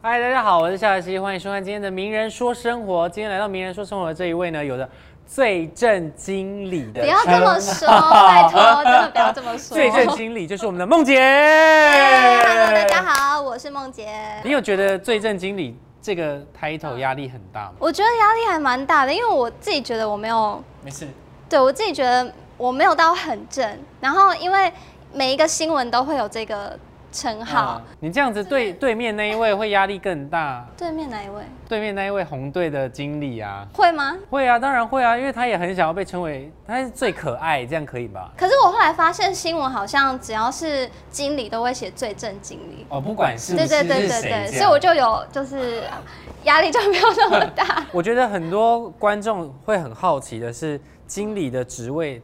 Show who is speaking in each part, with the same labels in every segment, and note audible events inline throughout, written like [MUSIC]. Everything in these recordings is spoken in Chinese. Speaker 1: 嗨，大家好，我是夏夏希，欢迎收看今天的《名人说生活》。今天来到《名人说生活》的这一位呢，有着最正经理的
Speaker 2: 不要这么
Speaker 1: [LAUGHS]
Speaker 2: 说，拜托，真的不要这么说。
Speaker 1: 最正
Speaker 2: [LAUGHS]
Speaker 1: 经理，就是我们的梦姐。
Speaker 2: Hello，大家好，我是梦洁。
Speaker 1: 你有觉得最正经理这个 title 压力很大吗？
Speaker 2: 我觉得压力还蛮大的，因为我自己觉得我没有，
Speaker 1: 没事，
Speaker 2: 对我自己觉得我没有到很正。然后因为每一个新闻都会有这个称号，
Speaker 1: 嗯你这样子对对面那一位会压力更大。
Speaker 2: 对面哪一位
Speaker 1: 对面那一位红队的经理啊，
Speaker 2: 会吗？
Speaker 1: 会啊，当然会啊，因为他也很想要被称为他是最可爱，这样可以吧？
Speaker 2: 可是我后来发现新闻好像只要是经理都会写最正经理。
Speaker 1: 哦，不管是。
Speaker 2: 对对对对对，所以我就有就是压力就没有那么大
Speaker 1: 我觉得很多观众会很好奇的是，经理的职位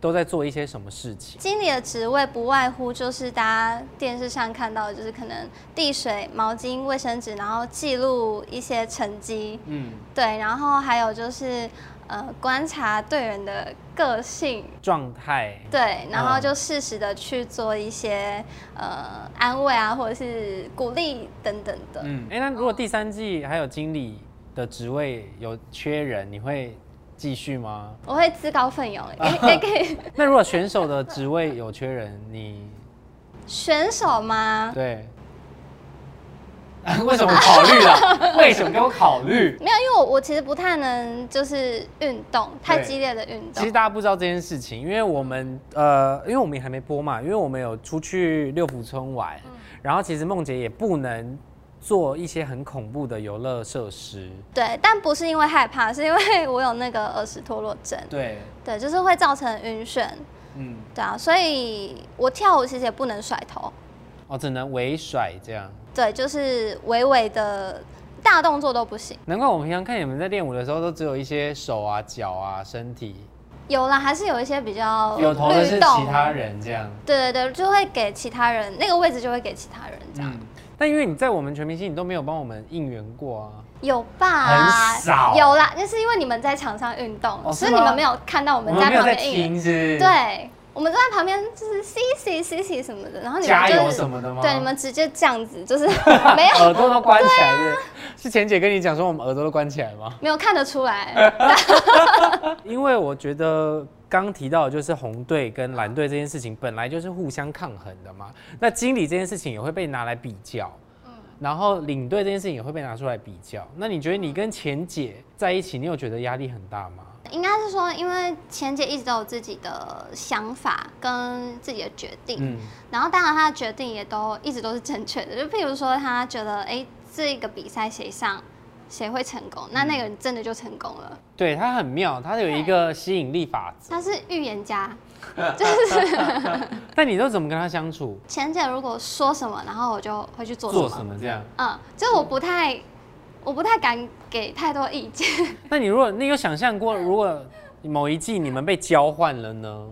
Speaker 1: 都在做一些什么事情？
Speaker 2: 经理的职位不外乎就是大家电视上看到的，就是可能递水、毛巾、卫生纸，然后记录一些成绩，
Speaker 1: 嗯，
Speaker 2: 对，然后还有就是呃观察队员的个性，
Speaker 1: 状态。
Speaker 2: 对，然后
Speaker 1: 嗯
Speaker 2: 就适时的去做一些呃安慰啊，或者是鼓励等等的。
Speaker 1: 嗯，哎、那如果第三季还有经理的职位有缺人，你会继续吗？
Speaker 2: 我会自
Speaker 1: [LAUGHS]
Speaker 2: 告奋勇，也也可以
Speaker 1: 那如果选手的职位有缺人，你
Speaker 2: 选
Speaker 1: [LAUGHS]
Speaker 2: 手吗？
Speaker 1: 对？为什么考虑了？为什么给我考虑？
Speaker 2: 没有，因为我我其实不太能就是运动太
Speaker 1: 对
Speaker 2: 激烈的运
Speaker 1: 其实
Speaker 2: 动，
Speaker 1: 大家不知道这件事情，因为我们呃，因为我们也还没播嘛，因为我们有出去六福村玩，然后其实梦姐也不能做一些很恐怖的游乐设施。
Speaker 2: 对，但不是因为害怕，是因为 [LAUGHS] 我有那个耳石脱落症，
Speaker 1: 对，
Speaker 2: 对，就是会造成晕眩，
Speaker 1: 嗯，
Speaker 2: 对啊，所以我跳舞其实也不能甩头，
Speaker 1: 哦，只能微甩这样。
Speaker 2: 对，就是微微的大动作都不行。
Speaker 1: 难怪我平常看你们在练舞的时候，都只有一些手啊、脚啊、身体，
Speaker 2: 有啦，还是有一些比较
Speaker 1: 有头的是
Speaker 2: 律
Speaker 1: 其
Speaker 2: 哦动
Speaker 1: 他人这样。
Speaker 2: 对对对，就会给其他人那个位置，就会给其他人这样。
Speaker 1: 嗯，但因为你在我们全明星，你都没有帮我们应援过啊。
Speaker 2: 有吧？
Speaker 1: 很少
Speaker 2: 有啦，那是因为你们在场上运动，
Speaker 1: 哦
Speaker 2: 所
Speaker 1: 是吗
Speaker 2: 以你们没有看到我们在旁边应援。
Speaker 1: 是，
Speaker 2: 对，我们都在旁边就是 c c c c 什么的，然后你们
Speaker 1: 加
Speaker 2: 就是
Speaker 1: 油什么的吗？
Speaker 2: 对，你们啊直接这样子，就是
Speaker 1: [LAUGHS]
Speaker 2: 没有
Speaker 1: 耳朵都关起来是不是是钱姐跟你讲说我们耳朵都关起来吗？
Speaker 2: 没有看得出来。
Speaker 1: 因为我觉得刚提到的就是红队跟蓝队这件事情本来就是互相抗衡的嘛，那经理这件事情也会被拿来比较。
Speaker 2: 嗯
Speaker 1: 然后领队这件事情也会被拿出来比较，那你觉
Speaker 2: 嗯
Speaker 1: 得你跟钱姐在一起，你有觉得压力很大吗？
Speaker 2: 应该是说，因为钱姐一直都有自己的想法跟自己的决定，
Speaker 1: 嗯，
Speaker 2: 然后当然她的决定也都一直都是正确的。就譬如说，她觉得哎、诶这个比赛谁上谁会成功，
Speaker 1: 嗯
Speaker 2: 那那个人真的就成功了。
Speaker 1: 对，他很妙，他有一个吸引力法则。
Speaker 2: 她是预言家，
Speaker 1: [LAUGHS] 那你都怎么跟他相处？
Speaker 2: 钱姐如果说什么，然后我就会去做什么。
Speaker 1: 么这样？
Speaker 2: 嗯，就我不太，我不太敢给太多意见。
Speaker 1: 那你如果你有想象过，如果某一季你们被交换了呢？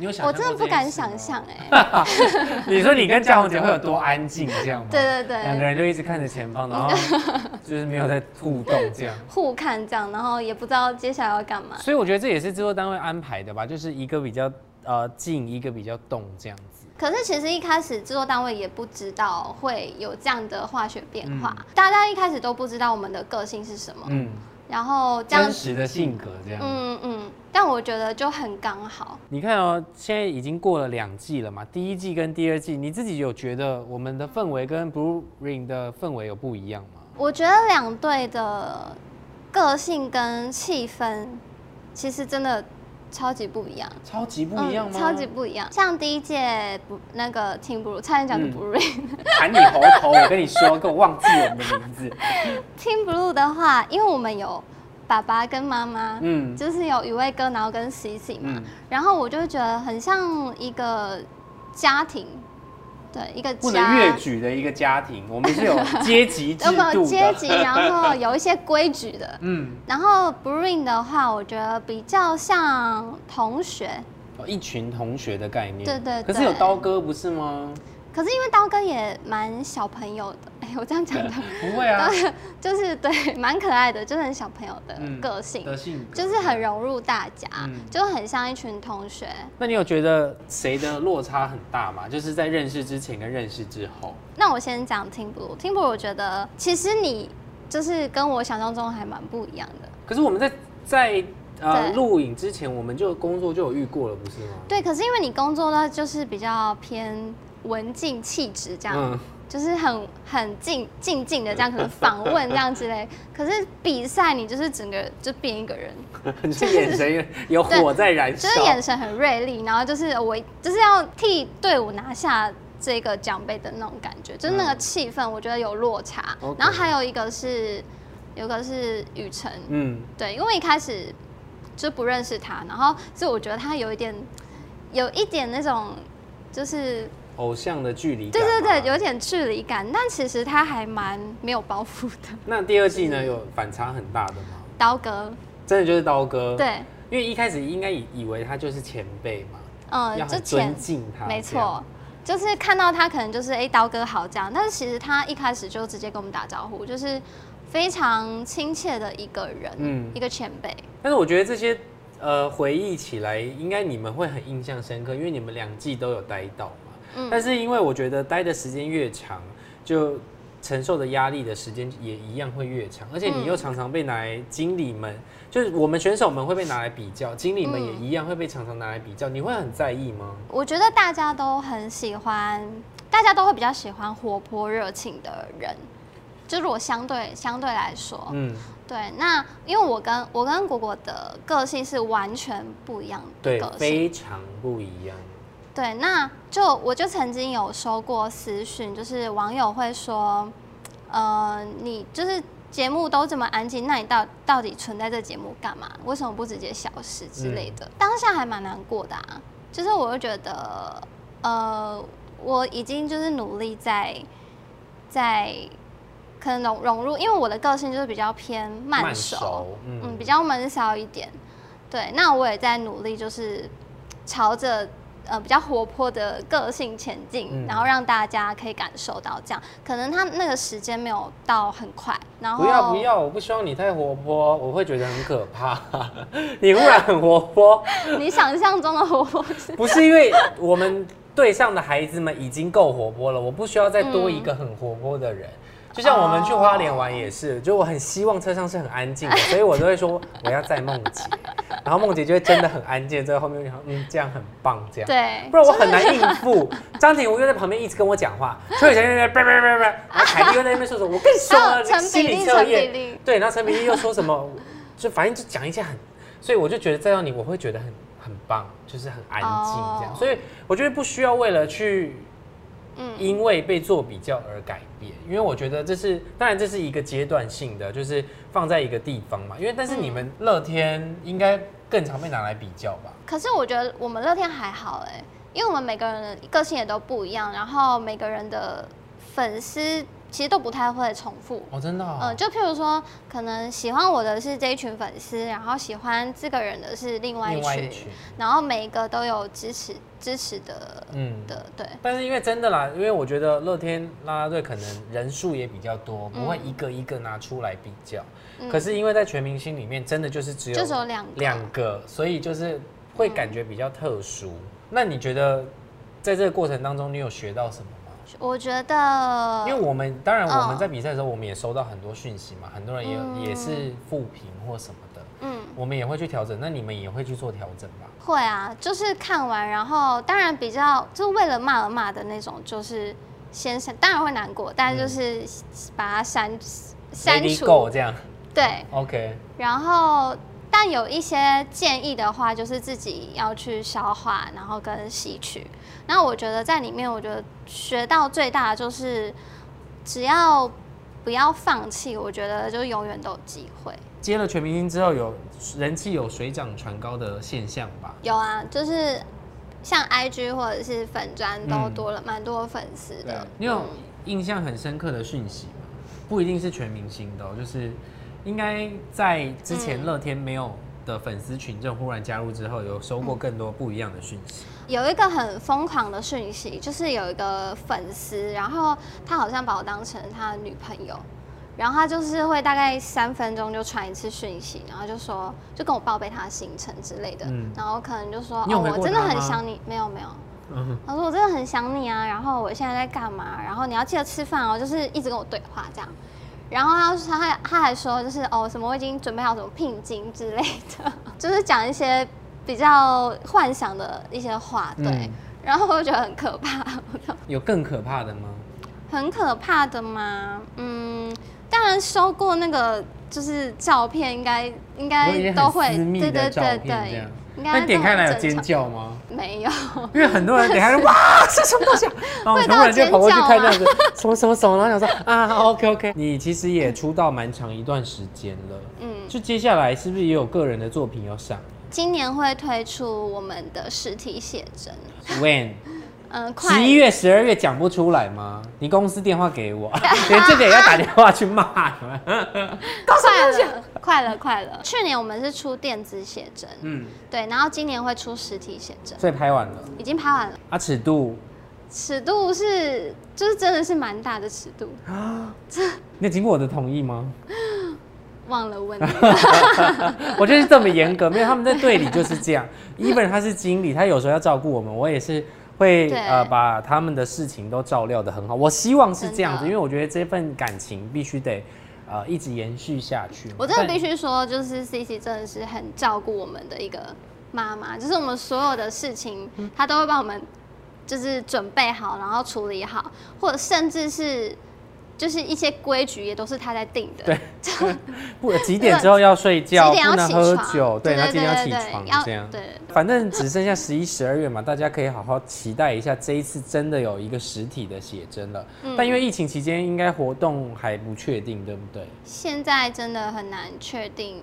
Speaker 1: 你有
Speaker 2: 我真的不敢想象。哎、
Speaker 1: [LAUGHS] 你说你 [LAUGHS] 跟嘉宏姐会有多安静这样吗？
Speaker 2: 对对
Speaker 1: 两个
Speaker 2: 对，
Speaker 1: 人就一直看着前方，然后 [LAUGHS] 就是没有在互动
Speaker 2: [LAUGHS]
Speaker 1: 这样。
Speaker 2: 互看这样，然后也不知道接下来要干嘛。
Speaker 1: 所以我觉得这也是制作单位安排的吧，就是一个比较呃静，一个比较动这样子。
Speaker 2: 可是其实一开始制作单位也不知道会有这样的化学变化，大家一开始都不知道我们的个性是什么，
Speaker 1: 嗯，
Speaker 2: 然后这样
Speaker 1: 真，实的性格这样。
Speaker 2: 嗯嗯，但我觉得就很刚好。
Speaker 1: 你看哦，现在已经过了两季了嘛，第一季跟第二季，你自己有觉得我们的氛围跟 Blue Ring 的氛围有不一样吗？
Speaker 2: 我觉得两队的个性跟气氛其实真的超级不一样。
Speaker 1: 超级不一样
Speaker 2: 嗯，
Speaker 1: 吗？
Speaker 2: 超级不一样。像第一届不那个听不如，差点讲
Speaker 1: 嗯
Speaker 2: 的不瑞。 [LAUGHS]
Speaker 1: 喊你猴头，我跟你说，给我忘记我们的名
Speaker 2: [LAUGHS]
Speaker 1: 字。
Speaker 2: 听不入的话，因为我们有爸爸跟妈妈，
Speaker 1: 嗯
Speaker 2: 就是有一位哥，然后跟 C C 嘛，
Speaker 1: 嗯，
Speaker 2: 然后我就觉得很像一个家庭，对，一个
Speaker 1: 不能
Speaker 2: 家
Speaker 1: 越。矩的一个家庭，我们是有阶级制
Speaker 2: 有 [LAUGHS] 没有
Speaker 1: 度
Speaker 2: 阶
Speaker 1: 的。
Speaker 2: 级？然后有一些规矩的。
Speaker 1: 嗯，
Speaker 2: 然后 Bring 的话，我觉得比较像同学，
Speaker 1: 哦一群同学的概念。
Speaker 2: 对对对 [LAUGHS]
Speaker 1: 可是有刀哥不是吗？
Speaker 2: 可是因为刀哥也蛮小朋友的， [LAUGHS] 哎、我这样
Speaker 1: [LAUGHS]
Speaker 2: 讲的，
Speaker 1: 不会啊，
Speaker 2: 就是对，蛮可爱的，就是很小朋友的
Speaker 1: 嗯
Speaker 2: 个性，
Speaker 1: 的性格
Speaker 2: 就是很融入大家，
Speaker 1: 嗯
Speaker 2: 就很像一群同学。
Speaker 1: 那你有觉得谁的落差很大吗？就是在认识之前跟认识之后，
Speaker 2: 那我先讲 Tim Blue，Tim Blue 我觉得其实你就是跟我想象中还蛮不一样的。
Speaker 1: 可是我们在在呃
Speaker 2: 对
Speaker 1: 录影之前，我们就工作就有遇过了，不是吗？
Speaker 2: 对，可是因为你工作呢，就是比较偏文静气质这样，
Speaker 1: 嗯，
Speaker 2: 就是很很静静静的这样，可能访问这样之类。可是比赛你就是整个就变一个人，
Speaker 1: [LAUGHS] 就是嗯眼神有火在燃烧，
Speaker 2: 就是眼神很锐利，然后就是我就是要替队伍拿下这个奖杯的那种感觉，就是那个
Speaker 1: 嗯
Speaker 2: 气氛，我觉得有落差。
Speaker 1: OK
Speaker 2: 然后还有一个是，有一个是雨辰，
Speaker 1: 嗯，
Speaker 2: 对，因为一开始就不认识他，然后所以我觉得他有一点，有一点那种就是
Speaker 1: 偶像的距离
Speaker 2: 对
Speaker 1: 感嘛。
Speaker 2: 对对，有一点距离感，但其实他还蛮没有包袱的。
Speaker 1: 那第二季呢，有反差很大的吗？
Speaker 2: 刀哥，
Speaker 1: 真的就是刀哥，，
Speaker 2: 对，
Speaker 1: 因为一开始应该以以为他就是前辈嘛，
Speaker 2: 嗯
Speaker 1: 要，
Speaker 2: 之
Speaker 1: 很尊
Speaker 2: 前
Speaker 1: 敬他，
Speaker 2: 没
Speaker 1: 这样
Speaker 2: 错，，就是看到他可能就是哎、刀哥好这样，但是其实他一开始就直接跟我们打招呼，就是非常亲切的一个人，
Speaker 1: 嗯
Speaker 2: 一个前辈。
Speaker 1: 但是我觉得这些呃回忆起来，应该你们会很印象深刻，因为你们两季都有待到嘛。
Speaker 2: 嗯
Speaker 1: 但是因为我觉得待的时间越长，就承受的压力的时间也一样会越长，而且你
Speaker 2: 嗯
Speaker 1: 又常常被拿来经理们，就是我们选手们会被拿来比较，经理们
Speaker 2: 嗯
Speaker 1: 也一样会被常常拿来比较，你会很在意吗？
Speaker 2: 我觉得大家都很喜欢，大家都会比较喜欢活泼热情的人，就是我相对相对来说，
Speaker 1: 嗯，
Speaker 2: 对。那因为我跟我跟果果的个性是完全不一样的
Speaker 1: 对
Speaker 2: 个，性，
Speaker 1: 非常不一样。
Speaker 2: 对，那就我就曾经有收过私讯，就是网友会说，呃，你就是节目都这么安静，那你到到底存在这节目干嘛？为什么不直接消失之类的？当下还蛮难过的啊，就是我就觉得，呃，我已经就是努力在在可能融融入，因为我的个性就是比较偏慢熟，
Speaker 1: 嗯
Speaker 2: 嗯，比较闷骚一点。对，那我也在努力，就是朝着呃比较活泼的个性前进，
Speaker 1: 嗯
Speaker 2: 然后让大家可以感受到这样。可能他那个时间没有到很快，然后
Speaker 1: 不要不要，我不希望你太活泼，我会觉得很可怕。 [LAUGHS] 你忽然很活泼，
Speaker 2: 你想象中的活泼是
Speaker 1: [LAUGHS] 不是因为我们队上的孩子们已经够活泼了，我不需要再多一个很活泼的人。就像我们去花莲玩也是，就我很希望车上是很安静的，所以我都会说我要载梦姐，然后梦姐就会真的很安静，在后面就想嗯这样很棒这样。
Speaker 2: 对，
Speaker 1: 不然我很难应付。张庭如又在旁边一直跟我讲话，邱雨辰又在叭叭叭叭，然后凯莉又在那边说什么，我跟你说
Speaker 2: 还
Speaker 1: 啊，
Speaker 2: 有哦陈
Speaker 1: 心
Speaker 2: 比
Speaker 1: 理
Speaker 2: 例
Speaker 1: 测
Speaker 2: 陈比
Speaker 1: 验
Speaker 2: 例，
Speaker 1: 对，然后陈比例又说什么，就反正就讲一些很，所以我就觉得再到你，我会觉得很很棒，就是很安静这样。
Speaker 2: 哦
Speaker 1: 所以我觉得不需要为了去
Speaker 2: 嗯
Speaker 1: 因为被做比较而改变，因为我觉得这是当然这是一个阶段性的，就是放在一个地方嘛。因为但是
Speaker 2: 嗯
Speaker 1: 你们乐天应该更常被拿来比较吧？
Speaker 2: 可是我觉得我们乐天还好哎、因为我们每个人的个性也都不一样，然后每个人的粉丝其实都不太会重复。
Speaker 1: 哦，真的、哦，
Speaker 2: 嗯，就譬如说，可能喜欢我的是这一群粉丝，然后喜欢这个人的是另外一
Speaker 1: 另外
Speaker 2: 群，
Speaker 1: 一群。
Speaker 2: 然后每一个都有支持支持的，
Speaker 1: 嗯
Speaker 2: 的，对，
Speaker 1: 但是因为真的啦，因为我觉得乐天啦啦队可能人数也比较多，不会一个一个拿出来比较。
Speaker 2: 嗯
Speaker 1: 可是因为在全明星里面，真的就是只有
Speaker 2: 就只有两个
Speaker 1: 两个，所以就是会感觉比较特殊。
Speaker 2: 嗯
Speaker 1: 那你觉得在这个过程当中，你有学到什么吗？
Speaker 2: 我觉得
Speaker 1: 因为我们当然
Speaker 2: 嗯
Speaker 1: 我们在比赛的时候，我们也收到很多讯息嘛，很多人也、
Speaker 2: 嗯
Speaker 1: 也是负评或什么的，
Speaker 2: 嗯
Speaker 1: 我们也会去调整。那你们也会去做调整吧？
Speaker 2: 会啊，就是看完，然后当然比较就是为了骂而骂的那种，就是先删，当然会难过，但是就是把它删删
Speaker 1: Lady
Speaker 2: 除
Speaker 1: 嗯 Go 这样
Speaker 2: 对，
Speaker 1: ，OK，
Speaker 2: 然后，但有一些建议的话，就是自己要去消化，然后跟吸取。那我觉得在里面，我觉得学到最大的就是，只要不要放弃，我觉得就永远都有机会。
Speaker 1: 接了全明星之后有人气有水涨船高的现象吧？
Speaker 2: 有啊，就是像 IG 或者是粉砖都
Speaker 1: 嗯
Speaker 2: 多了蛮、多粉丝的。
Speaker 1: 你有印象很深刻的讯息吗？不一定是全明星的、哦，就是应该在之前乐天没有的粉丝群众忽然加入之后，有收过更多不一样的讯息？
Speaker 2: 有一个很疯狂的讯息，就是有一个粉丝，然后他好像把我当成他的女朋友，然后他就是会大概三分钟就传一次讯息，然后就说就跟我报备他的行程之类的，
Speaker 1: 嗯
Speaker 2: 然后可能就说
Speaker 1: 你有
Speaker 2: 哦
Speaker 1: 回
Speaker 2: 我
Speaker 1: 过
Speaker 2: 真的
Speaker 1: 他
Speaker 2: 很
Speaker 1: 吗
Speaker 2: 想你，没有没有，
Speaker 1: 嗯，
Speaker 2: 他说我真的很想你啊，然后我现在在干嘛？然后你要记得吃饭哦，就是一直跟我对话这样。然后他说他还他还说就是哦什么我已经准备好什么聘金之类的， [LAUGHS] 就是讲一些比较幻想的一些话，对。
Speaker 1: 嗯
Speaker 2: 然后我就觉得很可怕，我就
Speaker 1: 有更可怕的吗？
Speaker 2: 很可怕的嘛，嗯，当然收过那个就是照片应该
Speaker 1: 如
Speaker 2: 应
Speaker 1: 果一些
Speaker 2: 该
Speaker 1: 很
Speaker 2: 都会，
Speaker 1: 私密
Speaker 2: 对对
Speaker 1: 的照
Speaker 2: 对
Speaker 1: 片这
Speaker 2: 对
Speaker 1: 样，
Speaker 2: 应该
Speaker 1: 那你点开来
Speaker 2: 都
Speaker 1: 有
Speaker 2: 很正
Speaker 1: 尖
Speaker 2: 常，
Speaker 1: 叫吗？
Speaker 2: 没有。
Speaker 1: 因为很多人等一下就哇，
Speaker 2: [LAUGHS]
Speaker 1: 这什么东西啊？然后我
Speaker 2: 会
Speaker 1: 突然
Speaker 2: 到
Speaker 1: 就
Speaker 2: 尖
Speaker 1: 跑过去
Speaker 2: 叫
Speaker 1: 看
Speaker 2: 啊
Speaker 1: 这样子，什么什么什么，然后想说啊，OK OK。你其实也出道蛮长一段时间了，
Speaker 2: 嗯
Speaker 1: 就接下来是不是也有个人的作品要
Speaker 2: [LAUGHS]
Speaker 1: 上
Speaker 2: 今年会推出我们的实体写真，
Speaker 1: ？When
Speaker 2: 嗯，快
Speaker 1: 十一月、十二月讲不出来吗？你公司电话给
Speaker 2: [LAUGHS]
Speaker 1: 我，连这个也要打电话去骂你们。
Speaker 2: 快了，快了，快了。去年我们是出电子写真，
Speaker 1: 嗯，
Speaker 2: 对，然后今年会出实体写真，
Speaker 1: 所以拍完了
Speaker 2: 已经拍完了。
Speaker 1: 啊，尺度
Speaker 2: 尺度是，就是真的是蛮大的尺度，
Speaker 1: 啊，你有经过我的同意吗？
Speaker 2: 忘
Speaker 1: [LAUGHS]
Speaker 2: 了问你。
Speaker 1: 我就是这么严格，没有他们在队里就是这样。even 他是经理，他有时候要照顾我们，我也是会
Speaker 2: 对
Speaker 1: 呃把他们的事情都照料的很好。我希望是这样子，
Speaker 2: 真的
Speaker 1: 因为我觉得这份感情必须得呃一直延续下去嘛。
Speaker 2: 我真的
Speaker 1: 但
Speaker 2: 必须说，就是 C C 真的是很照顾我们的一个妈妈，就是我们所有的事情，
Speaker 1: 嗯
Speaker 2: 她都会帮我们就是准备好，然后处理好，或者甚至是就是一些规矩也都是她在定的。
Speaker 1: 对
Speaker 2: [LAUGHS]
Speaker 1: 不几点之后要睡觉，
Speaker 2: 几点
Speaker 1: 不
Speaker 2: 要
Speaker 1: 能
Speaker 2: 起
Speaker 1: 喝
Speaker 2: 床
Speaker 1: 酒，
Speaker 2: 对
Speaker 1: 他
Speaker 2: 对
Speaker 1: 几点要
Speaker 2: 对
Speaker 1: 起
Speaker 2: 对
Speaker 1: 床
Speaker 2: 要
Speaker 1: 这样。
Speaker 2: 对
Speaker 1: 反正只剩下十一、十二月嘛，大家可以好好期待一下，这一次真的有一个实体的写真了。
Speaker 2: 嗯
Speaker 1: 但因为疫情期间，应该活动还不确定，对不对？
Speaker 2: 现在真的很难确定，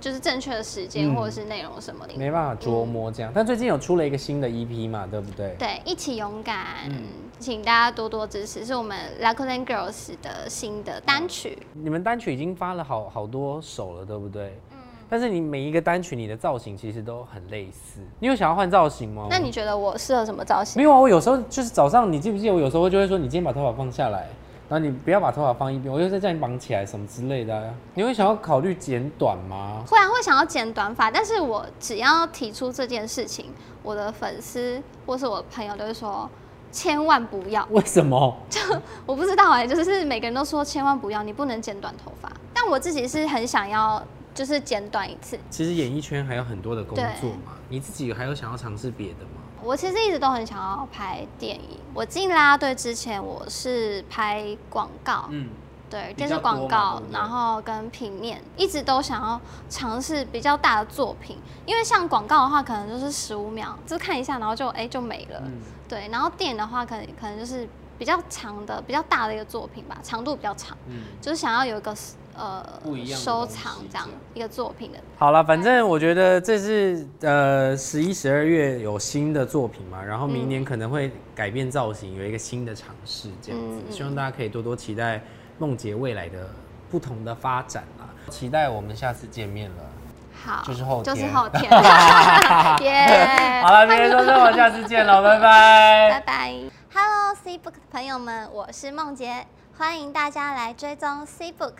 Speaker 2: 就是正确的时间
Speaker 1: 嗯
Speaker 2: 或者是内容什么的。
Speaker 1: 没办法琢磨这样。但最近有出了一个新的 EP 嘛，对不对？
Speaker 2: 对，一起勇敢，
Speaker 1: 嗯
Speaker 2: 请大家多多支持，是我们 l a c o l a n Girls 的新的单曲。
Speaker 1: 你们单曲已经发了好好多首了，对不对？
Speaker 2: 嗯
Speaker 1: 但是你每一个单曲，你的造型其实都很类似。你有想要换造型吗？
Speaker 2: 那你觉得我适合什么造型？
Speaker 1: 没有啊？我有时候就是早上，你记不记得我有时候就会说，你今天把头发放下来，然后你不要把头发放一边，我就在叫你绑起来什么之类的、啊。你会想要考虑剪短吗？
Speaker 2: 会啊，会想要剪短发，但是我只要提出这件事情，我的粉丝或是我朋友都会说。千万不要！
Speaker 1: 为什么？
Speaker 2: 我不知道哎、就是每个人都说千万不要，你不能剪短头发。但我自己是很想要，就是剪短一次。
Speaker 1: 其实演艺圈还有很多的工
Speaker 2: 对
Speaker 1: 作嘛，你自己还有想要尝试别的吗？
Speaker 2: 我其实一直都很想要拍电影。我进啦啦队之前，我是拍广告，
Speaker 1: 嗯，
Speaker 2: 对
Speaker 1: 比较
Speaker 2: 电视广
Speaker 1: 多嘛
Speaker 2: 告
Speaker 1: 对不，对
Speaker 2: 然后跟平面，一直都想要尝试比较大的作品。因为像广告的话，可能就是十五秒，就看一下，然后就哎、就没了。
Speaker 1: 嗯
Speaker 2: 对，然后电影的话，可能可能就是比较长的、比较大的一个作品吧，长度比较长，
Speaker 1: 嗯。
Speaker 2: 就是想要有一个 s- 呃
Speaker 1: 不一样的
Speaker 2: 收
Speaker 1: 东西
Speaker 2: 藏
Speaker 1: 这
Speaker 2: 这样
Speaker 1: 样
Speaker 2: 一个作品的
Speaker 1: 好了，反正我觉得这是呃十一、十二月有新的作品嘛，然后明年可能会改变造型，有一个新的尝试这样子
Speaker 2: 嗯，嗯
Speaker 1: 希望大家可以多多期待梦姐未来的不同的发展啦，期待我们下次见面了。
Speaker 2: 好，
Speaker 1: 就是后
Speaker 2: 就是
Speaker 1: 天
Speaker 2: 后
Speaker 1: [LAUGHS]
Speaker 2: 天，耶！
Speaker 1: 好了，明天说说，我下次见了，拜拜
Speaker 2: 呃拜。拜。Hello C Book 的朋友们，我是梦洁，欢迎大家来追踪 C Book